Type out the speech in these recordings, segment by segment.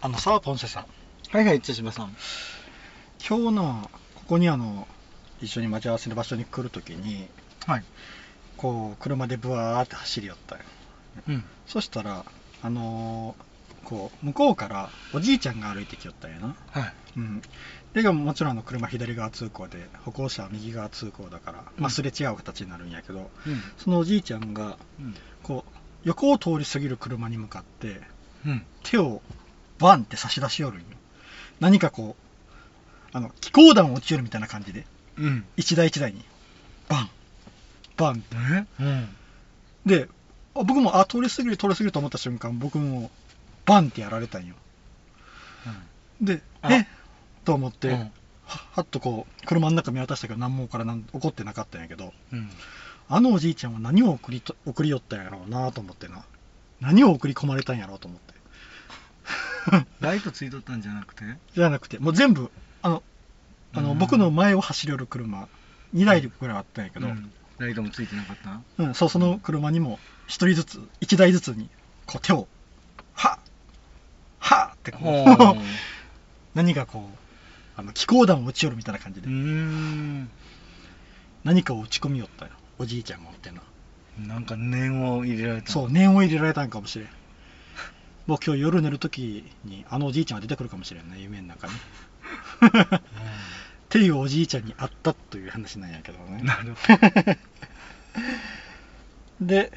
あのさ、ポンセさん。はいはい、千島さん。今日の、ここにあの、一緒に待ち合わせの場所に来るときに、はい。こう、車でブワーって走り寄ったよ。うん。そしたら、あのーこう、向こうからおじいちゃんが歩いてきよったんやな。はい。うん。で、もちろんあの車左側通行で、歩行者は右側通行だから、うまあ、んすれ違う形になるんやけど、うん。そのおじいちゃんが、こう、横を通り過ぎる車に向かって、うん。手をバンって差し出しよるんよ何かこうあの気候弾落ちよるみたいな感じでうん。一台一台にバンバンえうん。であ僕もあ通り過ぎる通り過ぎると思った瞬間僕もバンってやられたんよであえと思って、うはんはっとこう車の中見渡したけど何もからなん怒ってなかったんやけどうん。あのおじいちゃんは何を送りと送り寄ったんやろうなと思ってな何を送り込まれたんやろうと思ってライトついとったんじゃなくてじゃなくてもう全部あのあの、うん僕の前を走り寄る車2台ぐらいあったんやけど、ううんんライトもついてなかったそうその車にも1人ずつ1台ずつにこう手をはっはっって こほう 何かこうあの気候弾を打ち寄るみたいな感じで、うーん。何かを打ち込みよったよおじいちゃんがおってな、なんか念を入れられた。そう念を入れられたんかもしれんもう今日夜寝る時にあのおじいちゃんが出てくるかもしれんね夢の中 にっていうおじいちゃんに会ったという話なんやけどねうん。なるほ で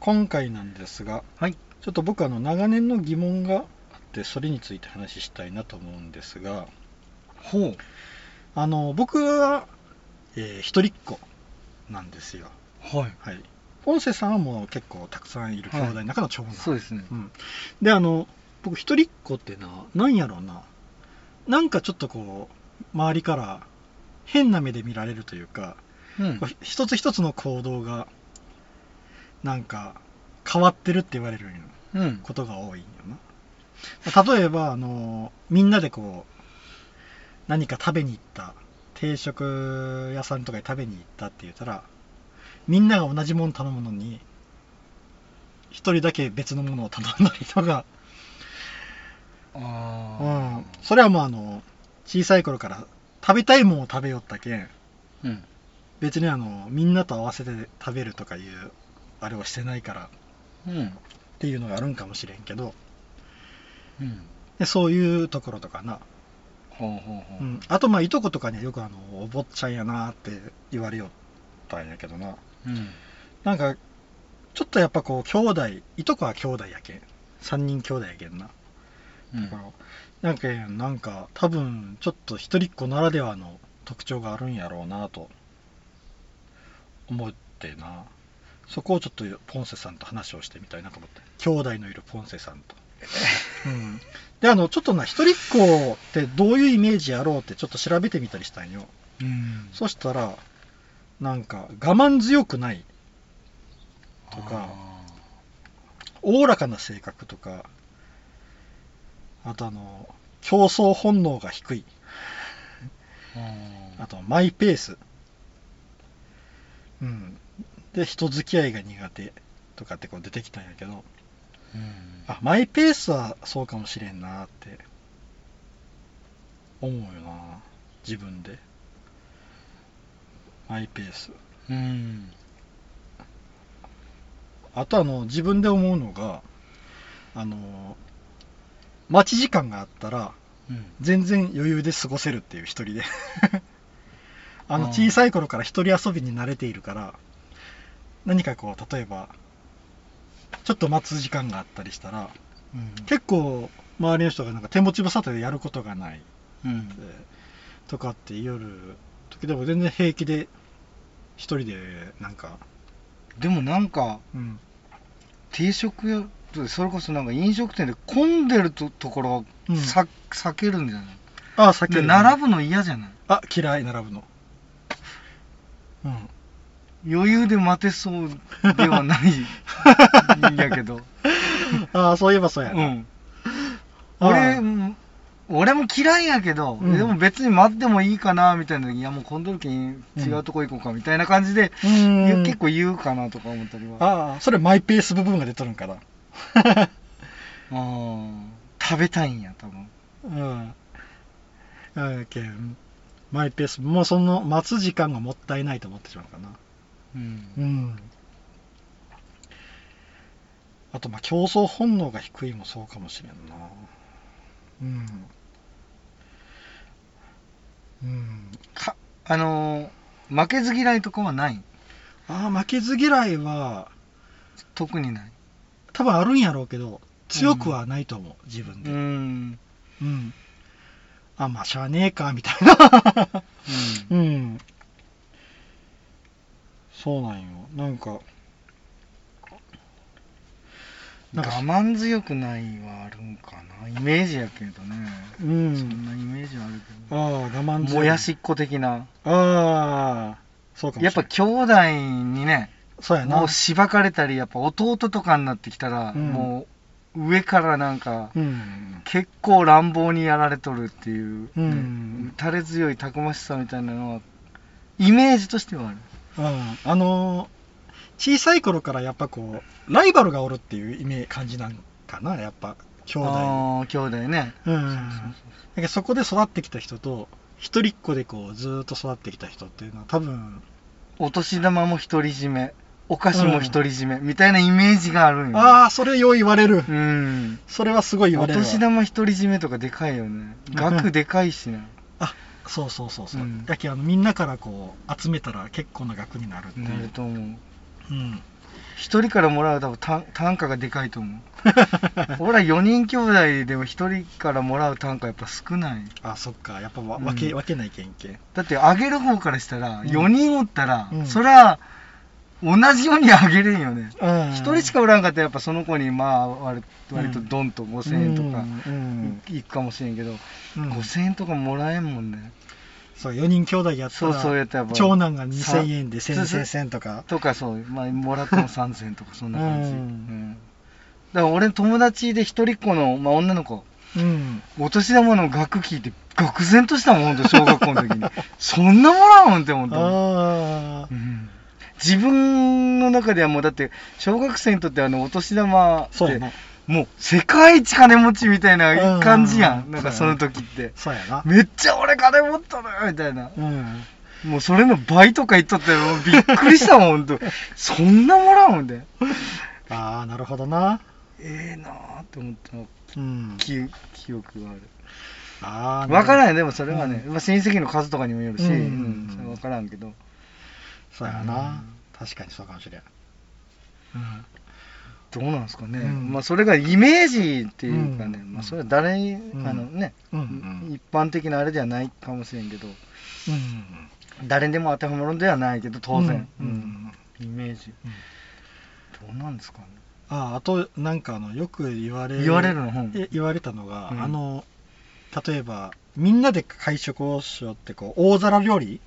今回なんですが、はいちょっと僕あの長年の疑問があってそれについて話したいなと思うんですがど。ほう。あの僕は、えー一人っ子なんですよはい。はい音声さんはもう結構たくさんいる兄弟の中の長男、そうですね。うん、であの僕一人っ子ってななんやろうななんかちょっとこう周りから変な目で見られるというかうんこう一つ一つの行動がなんか変わってるって言われるうん。ことが多いんよなまあ例えばあのみんなでこう何か食べに行った定食屋さんとかに食べに行ったって言ったらみんなが同じもの頼むのに一人だけ別のものを頼んだりとか、うあん、それはもうあの小さい頃から食べたいもんを食べよったけんあ。うん。別にあのみんなと合わせて食べるとかいうあれをしてないからうん。っていうのがあるんかもしれんけどうん。でそういうところとかな、ほうほうほうう。ん、あとまあいとことかにはよくあのお坊ちゃんやなって言われよったんやけどなうん。なんかちょっとやっぱこう兄弟いとこは兄弟やけん3人兄弟やけんなうんだからなんかなんか多分ちょっと一人っ子ならではの特徴があるんやろうなと思ってなそこをちょっとポンセさんと話をしてみたいなと思って兄弟のいるポンセさん と、うん、であのちょっとな一人っ子ってどういうイメージやろうってちょっと調べてみたりしたんようんそしたらなんか我慢強くないとかおおらかな性格とかあとあの競争本能が低いあーあとマイペース。うん。で、人付き合いが苦手とかってこう出てきたんやけど、うんあ、マイペースはそうかもしれんなって思うよな。自分で。マイペース。うんあとあの、自分で思うのが、あの、待ち時間があったら、うん全然余裕で過ごせるっていう一 人であのあー小さい頃から一人遊びに慣れているから何かこう例えばちょっと待つ時間があったりしたらうん結構周りの人がなんか手持ち無沙汰でやることがないうんえーとかって夜時でも全然平気で一人でなんか、でもなんかうん、定食屋それこそなんか飲食店で混んでるとところうんはさ避けるんじゃないあ酒で並ぶの嫌じゃないあ嫌い並ぶのうん余裕で待てそうで はないんやけどああそういえばそうやうな、んあ俺ーも俺も嫌いやけど、うんでも別に待ってもいいかなみたいな時いやもう混んどるけん違うとこ行こうかみたいな感じで、うーん結構言うかなとか思ったりはああ、それマイペース部分が出とるんかな。あー食べたいんやと思う うん。うん、けん、マイペース、もうその待つ時間がもったいないと思ってしまうかな。うんうん。あと、まあ、競争本能が低いもそうかもしれんな。うん。うん。かあのー負けず嫌いとかはないああ、負けず嫌いは、特にない多分あるんやろうけど、強くはないと思う、自分うで。ん、うん、うん。あ、まあ、しゃあねえか、みたいな。うん。そうなんよ。なんか、なんか我慢強くないはあるんかなイメージやけどね、うそんん。なイメージはあるああ、我け慢ど強いもやし。っこ的なああ、そうかもしれやんっぱ兄弟にねそうやな。もうしばかれたりやっぱ弟とかになってきたら、うんもう上からなんかうん。結構乱暴にやられとるっていう、うんね打たれ強いたくましさみたいなのはイメージとしてはあるうん。あのー小さい頃からやっぱこう、ライバルがおるっていうイメージ、感じなんかな、やっぱ、兄弟。ああ兄弟ねうん。そうだそうけどそこで育ってきた人と、一人っ子でこう、ずーっと育ってきた人っていうのは多分、お年玉も独り占めお菓子も独り占め、みたいなイメージがあるんよああ、それよう言われる。うんそれはすごい言わおれるわ。年玉独り占めとかでかいよねうん額でかいしな、そうそうそうそう、うんだけどあのみんなからこう集めたら結構な額になるっていう、なると思ううん、一人からもらう多分単単価がでかいと 思う 俺ら4人兄弟でも一人からもらう単価やっぱ少ないあそっかやっぱわうん分け,、分けないけんけだってあげる方からしたらうん4人おったら、うんそりゃ同じようにあげれんよね一一人しかおらんかったらやっぱその子にまあ割割とドンと5000円とかうんいいくかもしれんけど、うんうん5000円とかもらえんもんねそう4人兄弟やったそうらそうやったらやっぱ長男がさ2000円でそう1000そう1000とかとかそう、まあ、もらっても3000円とかそんな感じ、うんうんだから俺友達で一人っ子の、まあ、女の子うんお年玉の額聞いて愕然としたもんほんと小学校の 時にそんなもらうんって思ったもんああうん自分の中ではもうだって小学生にとってあのお年玉っそうやてなもう世界一金持ちみたいな感じやうんんなんかその時ってそうやなめっちゃ俺金持っとるみたいなうんもうそれの倍とか言っとったらもうびっくりしたもんほんとそんなもらうんでああなるほどなええなーって思っうたん記記憶があるああ分からいんよでもそれはね、まあ、親戚の数とかにもよるし、うんうんそれ分からんけどそうやなうん確かにそうかもしれんうんどうなんですかね、うんまあそれがイメージっていうかね、うんまあそれは誰に、んあのね、うんうん一般的なあれではないかもしれんけどうん誰にでも当てはまるんではないけど当然、うんうんうんイメージ、どうなんですかねああとなんかあのよく言われ言われるの本え言われたのが、うんあの例えばみんなで会食をしようってこう大皿料理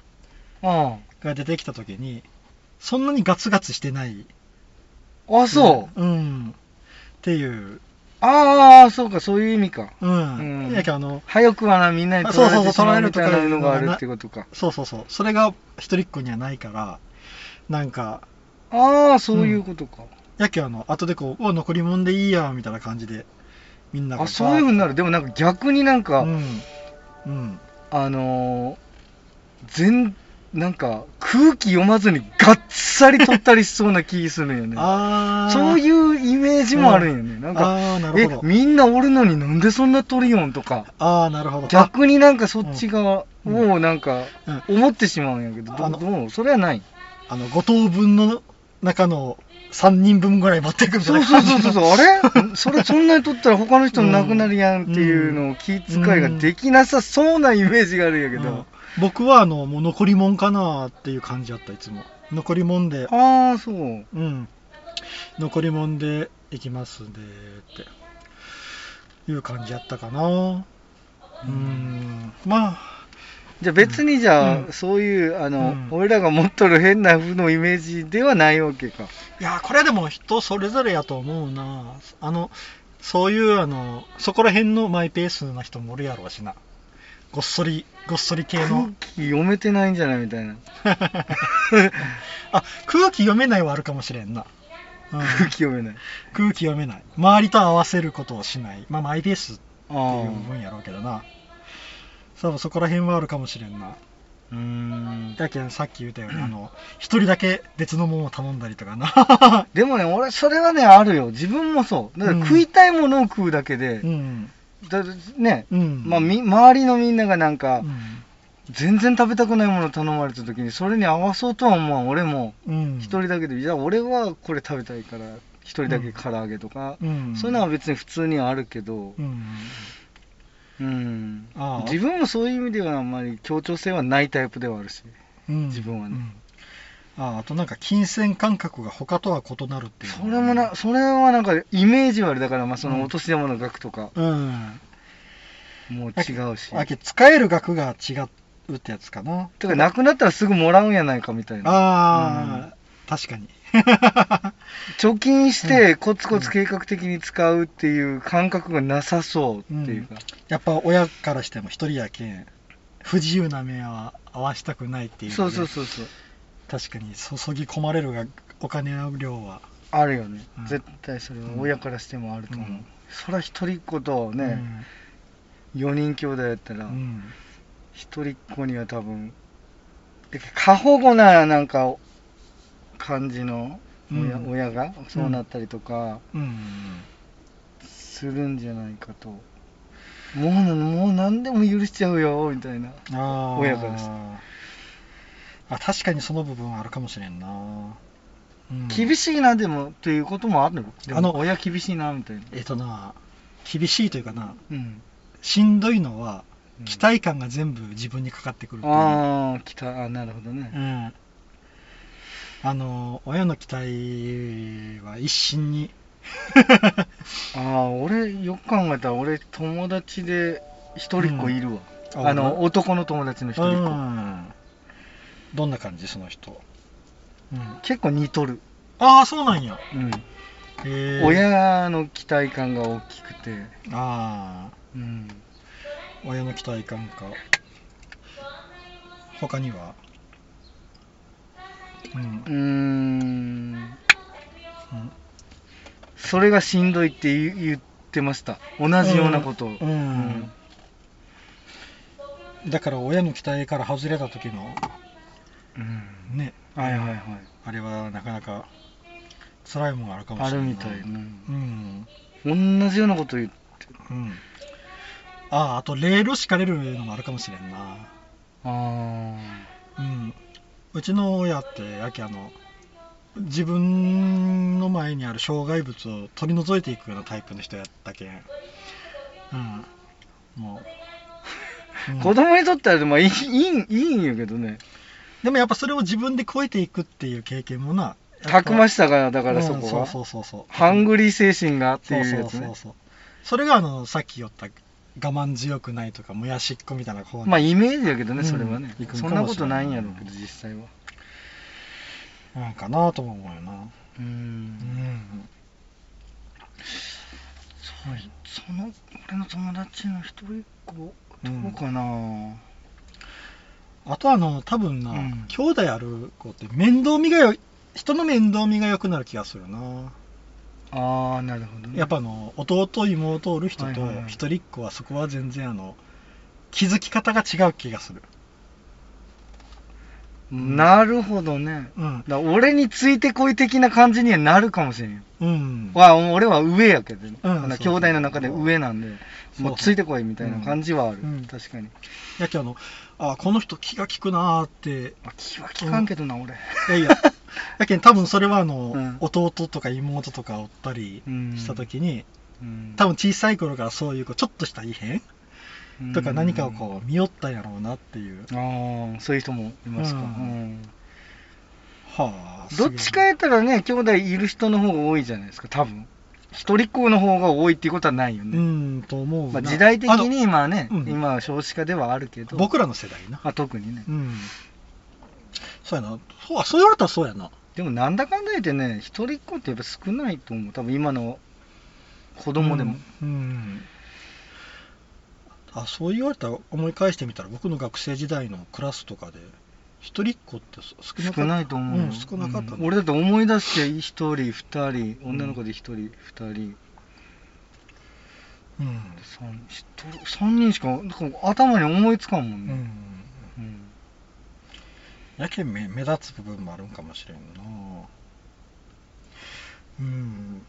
あが出てきた時にそんなにガツガツしてないああそう、うんっていうああそうかそういう意味かうん、うんやけどあの早くはなみんなにあ取られそうそてうしそうまうみたいな取られるとのかがあるってことかそうそうそうそれが一人っ子にはないからなんかああそういうことか、やけどあの後でこうお残りもんでいいやみたいな感じでみんながあそういうふうになるでもなんか逆になんか、うんうんあのー、全なんか空気読まずにがっさり取ったりしそうな気するよねああそうういうイメージもあるんよね、なんかああなえるほどみんなおるのになんでそんな取りよんとかああなるほどあ逆になんかそっち側うんをなんかうん思ってしまうんやけど、どあうのどうそれはないあの、5等分の中の3人分ぐらい持ってくるそうそうそうそうそう、あれそれそんなに取ったら他の人なくなるやんっていうのを気遣いができなさそうなイメージがあるんやけうんど。僕は、あの、もう残りもんかなっていう感じだった、いつも。残りもんで、ああ、そう。うん。残りもんでいきますんで、っていう感じやったかな。うん。まあ、じゃあ別にじゃあ、うんそういう、あの、うん俺らが持っとる変な風のイメージではないわけか。いや、これでも人それぞれやと思うな。あの、そういう、あの、そこら辺のマイペースな人もおるやろうしな。ごっそり、ごっそり系空の。気読めてないんじゃないみたいな。 あ空気読めないはあるかもしれんな、うん空気読めない。空気読めない周りと合わせることをしないまあマイペースっていう部分やろうけどな多分そこら辺はあるかもしれんなうーんだけどさっき言ったようにあの一人だけ別のものを頼んだりとか なでもね俺それはねあるよ自分もそうだかうんら食いたいものを食うだけで、うんだってね、うんまあ、み周りのみんながなんうか、ん全然食べたくないものを頼まれた時にそれに合わそうとは思わん俺もうん一人だけで、いや俺はこれ食べたいから一人だけ唐揚げとか、うんそういうのは別に普通にはあるけど、うんうんああ自分もそういう意味ではあんまり協調性はないタイプではあるしうん自分はねうんああとなんか金銭感覚が他とは異なるっていうそのれもなそれはなんかイメージ悪いだからまあそうんのお年玉の額とかうんもう違うし、あけ使える額が違うってやつかなてかなくなったらすぐもらうんやないかみたいなああ、確かに 貯金してコツコツ計画的に使うっていう感覚がなさそうっていうか、やっぱ親からしても一人やけん不自由な目は合わしたくないっていうそうそううそうそう確かに注ぎ込まれるがお金の量はあるよね、うん絶対それは親からしてもあると思う、うんそりゃ一人っ子とね、4人兄弟やったうらん一人っ子には多分てか過保護ななんか感じの親,、うん親がそうなったりとかうんうんするんじゃないかと、もうなもう何でも許しちゃうよみたいなああ親からしたあ確かにその部分はあるかもしれんな、うん厳しいなでもということもあるのでもあの親厳しいなみたいな、えっとな厳しいというかなうん、しんどいのはうん期待感が全部自分にかかってくるっていうああ期待あなるほどね、うんあの親の期待は一心にああ俺よく考えたら俺友達で一人っ子いるわ、うん あの男の友達の一う人っ子、んどんな感じその人、うん、あ結構似とる、あそうなんや、うんへえ親の期待感が大きくて、あうん、あ親の期待感か他にはうん、うんうーんそれがしんどいって言言ってました同じようなことを、うんうんだから親の期待から外れた時のうんねはいはいはいあれはなかなか辛いもんあるかもあしれるないみたいな、うん同じようなこと言ってうんあああとレール敷かれるのもあるかもしれんなあうーんうちの親ってやけあの自分の前にある障害物を取り除いていくようなタイプの人やったけんうんもう、うん子供にとってはまあいいいいいいんやけどねでもやっぱそれを自分で超えていくっていう経験もなたくまししさがだからそこは、そうそうそうそうハングリー精神がってそういうそやうつそねうそうそれがあのさっき言った我慢強くないとかもやしっこみたいな方にまあイメージやけどうねんそれはね、行くんかそもしれないんなことないんやろうけど実際はなんかなとも思うよなううんんそうその俺の友達の一人っ子どうかな、あとあの多分な、うん兄弟ある子って面倒見がよ人の面倒見が良くなる気がするな、ああなるほどねやっぱあの弟妹おる人はいとはいはい一人っ子はそこは全然あの気づき方が違う気がするなるほどねうんだ俺についてこい的な感じにはなるかもしれんよ、うんわ俺は上やけど、ねうんあの兄弟の中で上なんでそうもうついてこいみたいな感じはある、うんうん確かにやけあのあこの人気が利くなーって まあ気は利かんけどな、俺いやいややけん多分それはあの、うん弟とか妹とかおったりした時に、うん多分小さい頃からそういうこうちょっとした異変とか何かをこう見よったんやろうなっていう、ああそういう人もいますか、うんうんはあどっちかやったらね兄弟いる人の方が多いじゃないですか多分一人っ子の方が多いっていうことはないようね、んと思うまなあ、時代的あのに今はね、うん今は少子化ではあるけど僕らの世代なまあ、特にねうんそうやなそうあそう言われたらそうやなでもなんだかんだ言ってね一人っ子ってやっぱ少ないと思う多分今の子供でも、うん、うんあそう言われたら思い返してみたら僕の学生時代のクラスとかで一人っ子ってそ少なかった少ないと思うよ、ん少なかったの、うん俺だって思い出して一人二人女の子で一人二う人、ん三一人三人しかなんか頭に思いつかんもうんね、んうんやけん目目立つ部分もあるんかもしれんなうん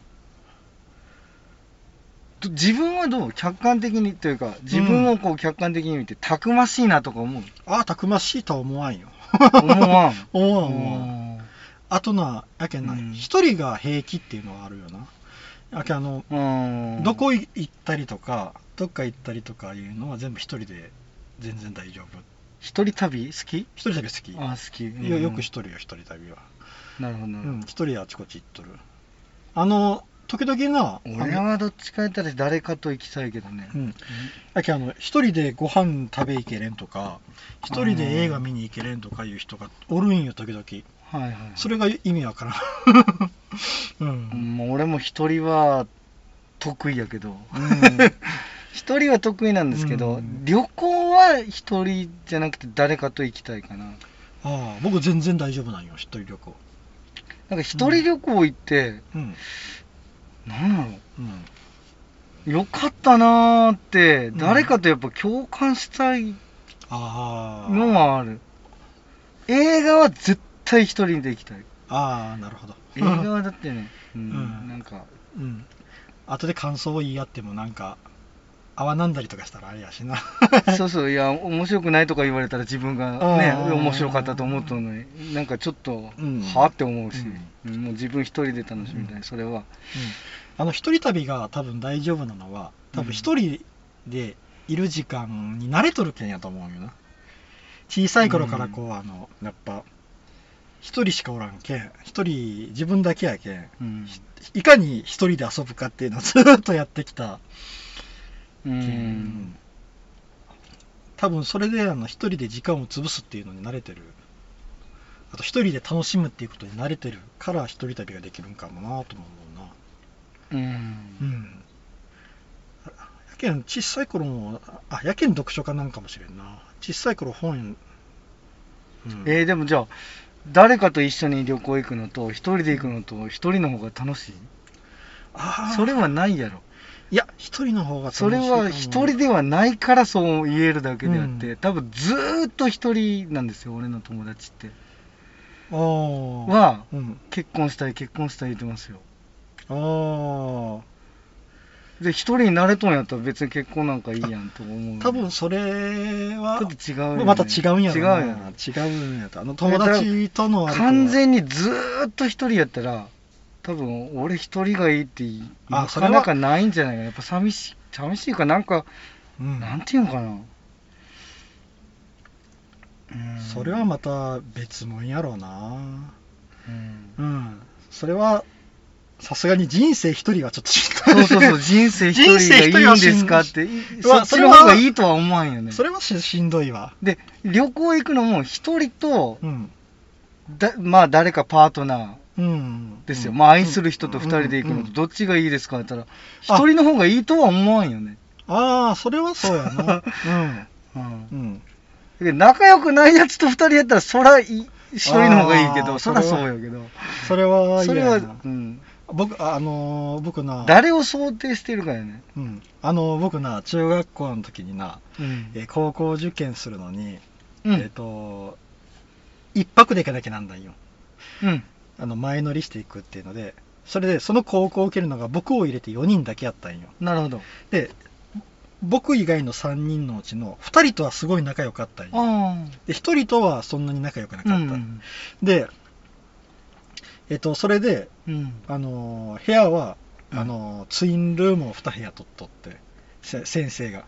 と自分はどう客観的にというか自分をこう客観的に見て、たくましいなとか思うああたくましいとは思わんよ 思わん 思わん思わんあとなやけんなうん一、人が平気っていうのはあるよなやけんあのうんどこい行ったりとかどっか行ったりとかいうのは全部一人で全然大丈夫一人旅好き一人旅好きあ好き、うんよよく一人よ一人旅はなるほどうなるほど、ん一人であちこち行っとるあの時々な俺あのはどっちか言ったら誰かと行きたいけどね、うんやけんあの一人でご飯食べ行けれんとか一人で映画見に行けれんとかいう人がおるんよ時々はいはいそれが意味わからん うんうんもう俺も一人は得意やけど、ん 一人は得意なんですけど、うん旅行は一人じゃなくて誰かと行きたいかなああ僕全然大丈夫なんよ一人旅行なんか一人旅行行って、うんなんだろうんうよかったなーってん誰かとやっぱ共感したいああのはある、映画は絶対一人で行きたいああなるほど映画はだってね、うんうんなんかうん後で感想を言い合ってもなんか泡なんだりとかしたらあれやしな そうそういや面白くないとか言われたら自分がねうん面白かったと思ったのになんかちょっと、うんはって思うし、うんもう自分一人で楽しみたい、うんそれは あの一人旅が多分大丈夫なのは多うん分一人でいる時間に慣れとるけんやと思うよな小さい頃からこう、あのやっぱ一人しかおらんけん一人自分だけやけんうん、いかに一人で遊ぶかっていうのをずっとやってきたけうん、ん、多分それであの一人で時間を潰すっていうのに慣れてるあと一人で楽しむっていうことに慣れてるから一人旅ができるんかもなとも思うなうんうんやけん小さい頃もあやけん読書家なんかもしれんな小さい頃本、うんえーでもじゃあ誰かと一緒に旅行行くのと一人で行くのと一人の方が楽しいあーそれはないやろいや一人の方が楽しいそれかもは一人ではないからそう言えるだけであって、うん多分ずーっと一人なんですよ俺の友達ってあーはうん結婚したい結婚したい言ってますよあーで一人になれとんやったら別に結婚なんかいいやんと思う多分ちそれはょっと違うよね、また違うんやろな違うや違うんやとあの友達とのろあれと完全にずーっと一人やったら多分俺一人がいいっていあなそかれはなかないんじゃないかやっぱ寂しい寂しいかなんか、うんなんていうのかなうんそれはまた別もんやろうなうんうんそれはさすがに人生一人はちょっとしんどいそうそうそう、人生一人がいいんですかって、いうそわっちのそれは方がいいとは思わんよね。それはししんどいわで、旅行行くのも一人と、うんだまあ誰かパートナうんーですよ。うんまあ愛する人と二人で行くのうんうとんどっちがいいですかって言ったら、一人の方がいいとは思わんよね。ああそれはそうや なうんう。んうんで仲良くないやつと二人やったら、そらい一人の方がいいけあど、ーそらそうやけど。それは嫌それやは、なうん。僕ああのー僕な誰を想定してるかよね。うんあのー僕な中学校の時にな、うんえー高校受験するのにうえっ、ん。と、一泊で行かなきゃなんないよ。うん。あの、前乗りしていくっていうので、それで、その高校を受けるのが僕を入れて4人だけやったんよ。なるほど。で、僕以外の3人のうちの2人とはすごい仲良かったんよ。あで、1人とはそんなに仲良くなあ。うかった。ん。で、えっと、それで、うん。あのー部屋は、うんあのーツインルームを2部屋取っとって、せ先生が。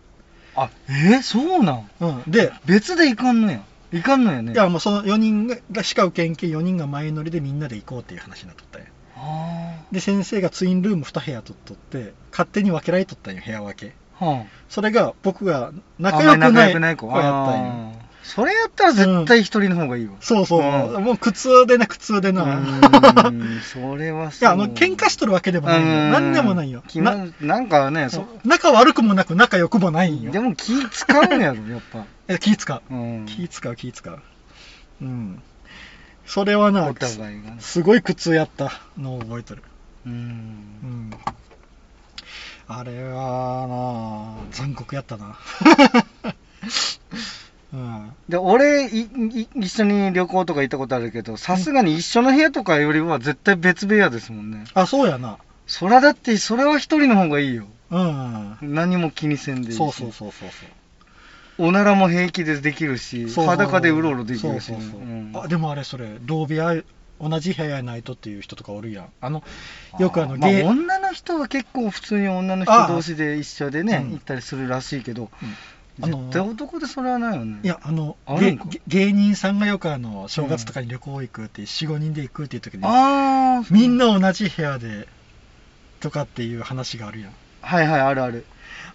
あ、えーそうなんうん。で、別で行かんのや。行かんのやね。いや、もうその4人がしか受けんけ4人が前乗りでみんなで行こうっていう話になっとったんよ。あで先生がツインルーム2部屋取っとって勝手に分けられとったんよ部屋分けーはそれが僕があ。仲良あんくまり仲ない良くない子子やったんよあーそれやったら絶対一人の方がいいわ。そうそう、うんもう苦痛でな苦痛でうな、ーい んそれはそう。やあの喧嘩しとるわけでもないようん何でもないよ気なまなんかね、そ仲悪くもなく仲良くもないんよでも気使うんやろ、やっ ぱ。え気使う、うん。気使う気使ううんそれはなお互いがね。すごい苦痛やったのを覚えてるう。うんんあれはなあ残酷やったな うんで俺いい一緒に旅行とか行ったことあるけどさすがに一緒の部屋とかよりは絶対別部屋ですもんねあそうやなそらだってそれは一人の方がいいようん何も気にせんでいいしそうそうそうそうそうおならも平気でできるそしうそう裸でうろうろできるしそうそうそううんあでもあれそれ同部屋同じ部屋やないとっていう人とかおるやんあのあよくあのまあゲー、女の人は結構普通に女の人あ同士で一緒でね、うん行ったりするらしいけうど、んあの絶対男でそれはないよねいやあのあるゲんかゲ芸人さんがよくあの正月とかに旅行行くって45人で行くっていう時にああみんな同じ部屋でとかっていう話があるやんはいはいあるある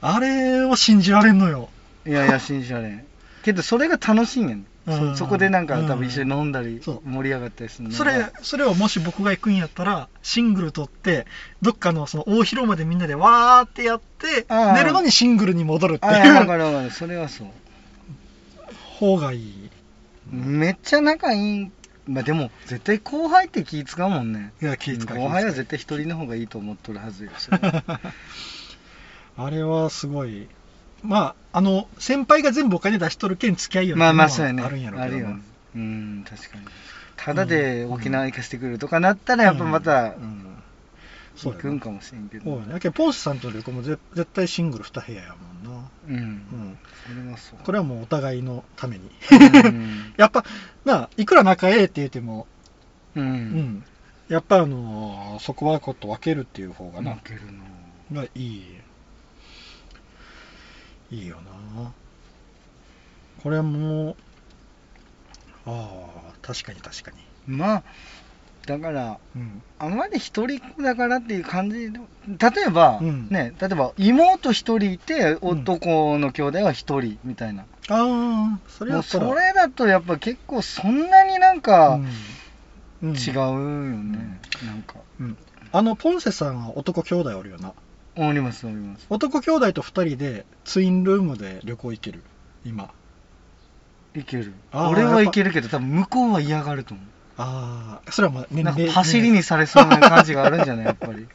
あれを信じられんのよ いやいや信じられんけどそれが楽しいんやんうそんそこでなんかうん多分一緒に飲んだりそう盛り上がったりするのがそれそれをもし僕が行くんやったらシングル取ってどっかのその大広間でみんなでわーってやってああ寝るのにシングルに戻るってあいやいわかうるわかるそれはそう方がい いめっちゃ仲いいまあでも絶対後輩って気使うもんねいや気使う後輩は絶対一人の方がいいと思っとる はずよそれはあれはすごいまああの先輩が全部お金出しとるけん付き合いよまあまあそうやねあるんやろうけどよなねうん確かにただで沖縄行かせてくるとかなったらやっぱまうんたうんそ行うやくんかもしれんけなそうどやねやけどポンセさんと旅行もぜ絶対シングル2部屋やもんな、ううんん、それはそうこれはもうお互いのためにうん やっぱなあいくら仲ええって言ってもううんんやっぱあのーそこはこと分けるっていう方がな負、けるながいいいいよなこれもああ確かに確かにまあだからうんあまり一人っ子だからっていう感じで例えば、うんね例えば妹一人いて男の兄弟は一人みたいな、ああそれやもっうたそられだとやっぱ結構そんなになんかうんうん違うよね、なんかあのポンセさんは男兄弟おるよなおりますおります男兄弟と2人でツインルームで旅行行ける今いけるあー俺やっはぱいけるけど多分向こうは嫌がると思ああそれはまあう年なん齢か走りにされそうな感じがあるんじゃないやっ ぱり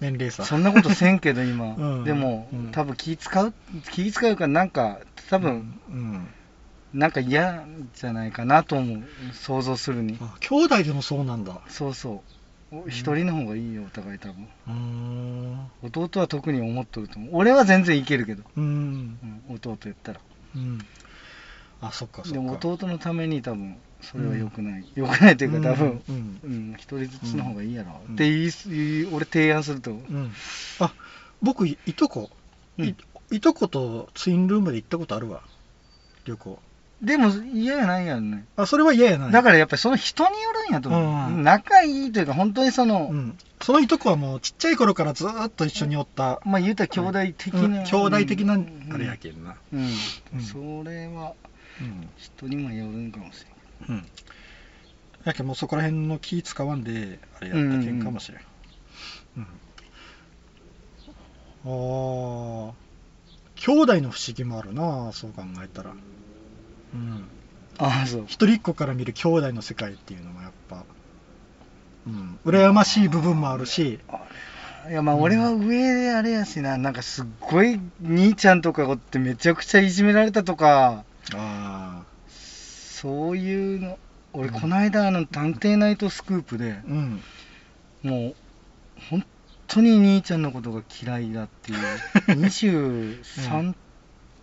年齢差そんなことせんけど今、うんでも、うん多分気使う気使うからなんか多分、うんなんか嫌じゃないかなと思う想像するにあ兄弟でもそうなんだそうそうおん一人の方がいいよお互い多分うーん弟は特に思っとると思う俺は全然いけるけど、うんうん、弟言ったらうんあそっかそっかでも弟のために多分それは良くない、良くないというか多分うんうん一、人ずつの方がいいやろ、うんって言い言い俺提案すると、うん、うんあ僕いいとこ、うんいいとことツインルームで行ったことあるわ旅行でも嫌やないやんね、あそれは嫌やなだからやっぱりその人によるんやと思う、うん仲いいというか本当にその、うん、そのいとこはもうちっちゃい頃からずーっと一緒におった、まあ言うたら兄弟的な、うん兄弟的なうんあれやけんな、うんうんそれはうん人にもよるんかもしうん、やけんもうそこら辺の気使わんであれやったけんかもしれん、うんああ兄弟の不思議もあるなそう考えたら、うん、れんああそう一人っ子から見る兄弟の世界っていうのもやっぱ、うん、羨ましい部分もあるしいやまあ俺は上であれやしな、なんかすっごい兄ちゃんとかってめちゃくちゃいじめられたとかあそういうの俺この間あの「探偵ナイトスクープであ」うんもう本当に兄ちゃんのことが嫌いだっていう 23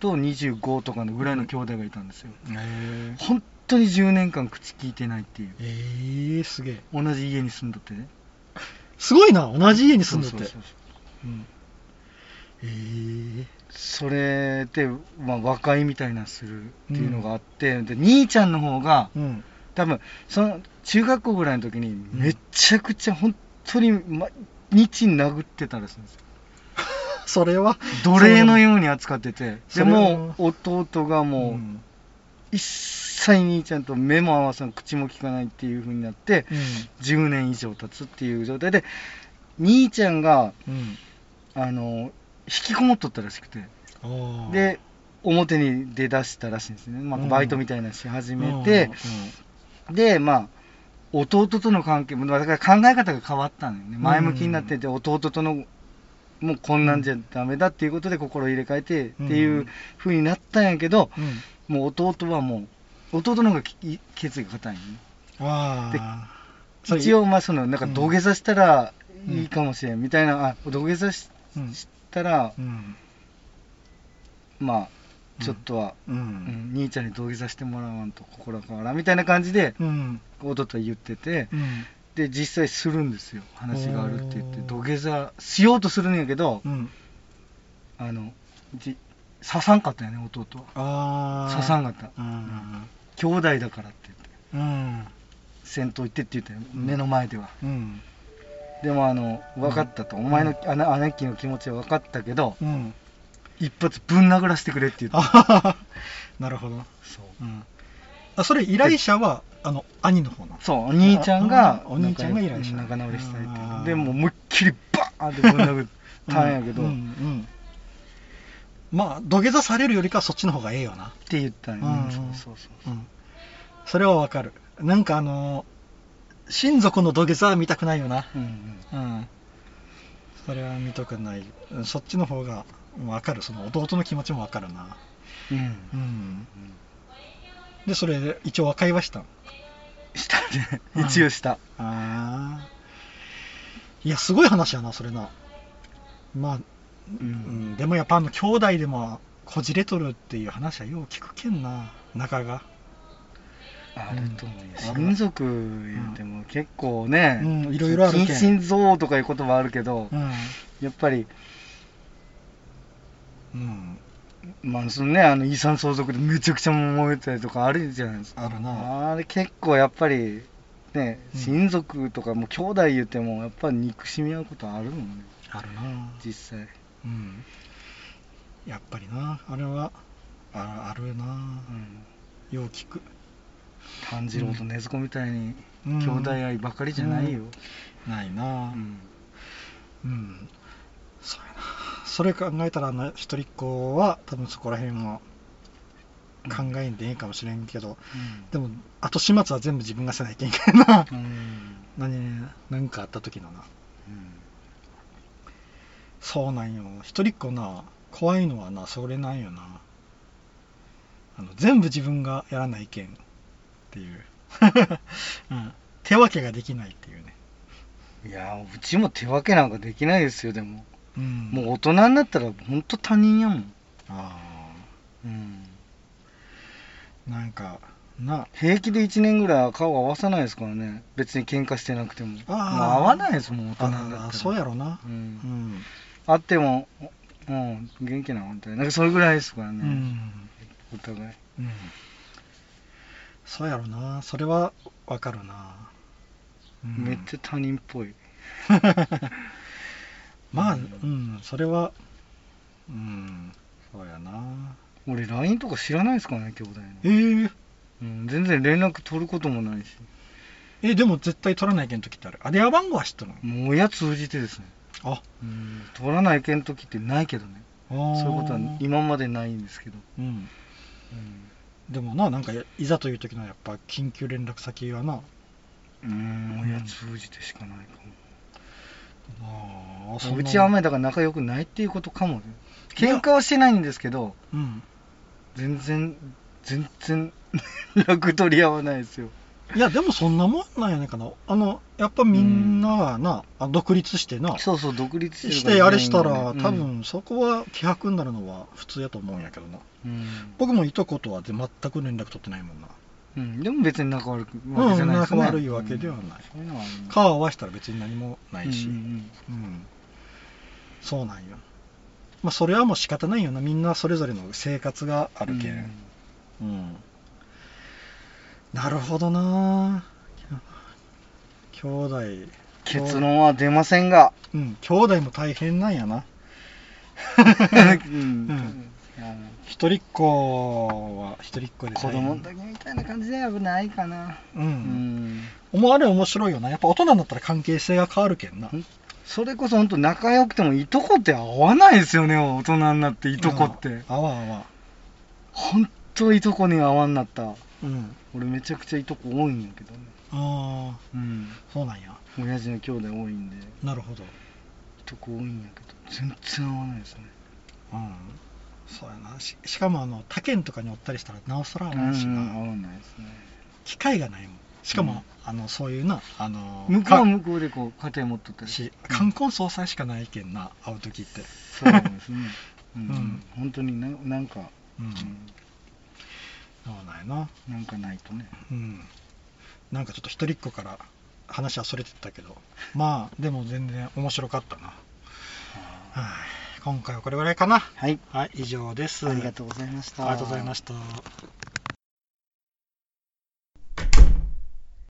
と25とかのぐらいの兄弟がいたんですよへえ本当に10年間口聞いてないっていうえー、すげえ同じ家に住んどってねすごいな同じ家に住んでてそうそうそううんえーそれで、まあ、和解みたいなのするっていうのがあって、で兄ちゃんの方がうん 多分その中学校ぐらいの時にめちゃくちゃ本当に毎日殴ってたらしいんですよそれは奴隷のように扱っててそでれはもう弟がうもうん一切兄ちゃんと目も合わさん口も聞かないっていう風になって10年以上経つっていう状態で兄ちゃんがうんあの引きこもっとったらしくてうんで表に出だしたらしいんですね、まあ、うんバイトみたいなのし始めて、でまあ弟との関係もだから考え方が変わったのよね前向きになってて弟とのもうこんなんじゃダメだっていうことで心入れ替えてってうんいう風になったんやけど、うんもう弟はもう弟の方がき決意が硬いんよねああ一応まあそのなんか土下座したらうんいいかもしれんみたいな、あ土下座しうんしたら、うんまあちょっとは、ううんん兄ちゃんに土下座してもらわんと心が変わらんみたいな感じでうん弟は言ってて、うんで実際するんですよ話があるって言っておー土下座しようとするんやけど、うんあのじ刺さんかったよね弟はああ刺さんかったうん兄弟だからって言ってうん戦闘行ってって言ったようん目の前では、うんでもあの分かったと、お前のあの姉貴の気持ちは分かったけど、うん一発ぶん殴らせてくれって言っあてはははなるほどそううんあそれ依頼者はあの兄の方なのそうお兄ちゃんが あお兄ちゃんが依頼した仲直りしたいってあーでもう思いっきりバーンってぶん殴ったんやけど、うんうんうんまあ土下座されるよりかはそっちの方がええよなって言ったんや、うんうんそうそうそううんそれはわかるなんかあの親族の土下座は見たくないよなうんうんうんそれは見たくないうんそっちの方がわかるその弟の気持ちもわかるなうん、うんでそれで一応和解はしたのしたねうん一応した、ああいやすごい話やなそれなまあ、ううんん、でもやっぱあの兄弟でもこじれとるっていう話はよう聞くけんな仲があると思うよ、うん親族言うても結構ね、うんいろいろあるけん近親像とかいうことはあるけど、うんやっぱり、うんまあそのね、あの遺産相続でめちゃくちゃ揉めたりとかあるじゃないですかあるなあれ結構やっぱりねうん親族とかもう兄弟言ってもやっぱり憎しみ合うことあるもんねあるな実際、うんやっぱりなあれはああるな、うん、よう聞く炭治郎と禰豆子みたいにうん兄弟愛ばかりじゃないよ、ないなうんうんそうやなそれ考えたらあの一人っ子は多分そこら辺は考えんでええかもしれんけどでも後始末は全部自分がせないといけんなうん 何何かあった時のなうんそうなんよ一人っ子な怖いのはなそれなんよなあの全部自分がやらないけんっていう、 うん、手分けができないっていうね、いやうちも手分けなんかできないですよでも、うんもう大人になったらほんと他人やもん、あうん、あなんかな平気で1年ぐらい顔合わさないですからね別に喧嘩してなくてもあーもう合わないですもん大人になったらあそうやろなううんんあっても、うん、元気なのみたいな、なんかそれぐらいですからうね、ん、お互い。うん、そうやろなそれはわかるな、うんめっちゃ他人っぽい。 まあうんそれはうんそうやな俺、LINE とか知らないですからね、兄弟の。えー、うん、全然連絡取ることもないし、えでも絶対取らないけん時ってあるあ電話番号は知っとるのもう親通じてですね、あうん、取らないけん時ってないけどね、そそういうことは今までないんですけど、うんうんでもななんかいざという時のやっぱ緊急連絡先はなうん、親通じてしかないかあーも。そんうなちはあんまりだから仲良くないっていうことかもね。喧嘩はしてないんですけど、うん全然、全然、 楽取り合わないですよ。いやでもそんなもんなんやないかなあのやっぱみんながな、あ独立してなそうそう独立してしるからてあれしたら、全員が多ね分そこは気迫になるのは普通やと思うんやけどなうん僕もいとことはで全く連絡取ってないもんなうんうんでも別に仲悪くわけじゃないですねうん仲悪いわけではないうんそういうのはあ顔合わせたら別に何もなるいし、うんうんうんそうなんよまあそれはもう仕方ないよなみんなそれぞれの生活があるけんうん、なるほどな兄弟結論は出ませんがうん兄弟も大変なんやな うんいやもう一人っ子は一人っ子で子大変供の時みたいな感じではないかなうん、うん思われ面白いよなやっぱ大人になったら関係性が変わるけんなうんそれこそ本当仲良くてもいとこって合わないですよね大人になっていとこってあわあわ本当いとこに合わんなったうん俺めちゃくちゃいとこ多いんやけどねああうんそうなんや親父の兄弟多いんでなるほどいとこ多いんやけど全然合わないですねうんそうやなししかもあの他県とかにおったりしたらなおさらうん合合わうしな、ないですね機会がないもんしかも、うんあのそういうなあの向こうはか向こうでこう家庭持っとったりしうん冠婚葬祭しかないけんな会う時ってそうですねううんん本当にななんかうん、うんそうなんやななんかないとねうんなんかちょっと一人っ子から話はそれてったけどまあでも全然面白かったなはい今回はこれぐらいかなはいはい以上ですありがとうございましたありがとうございました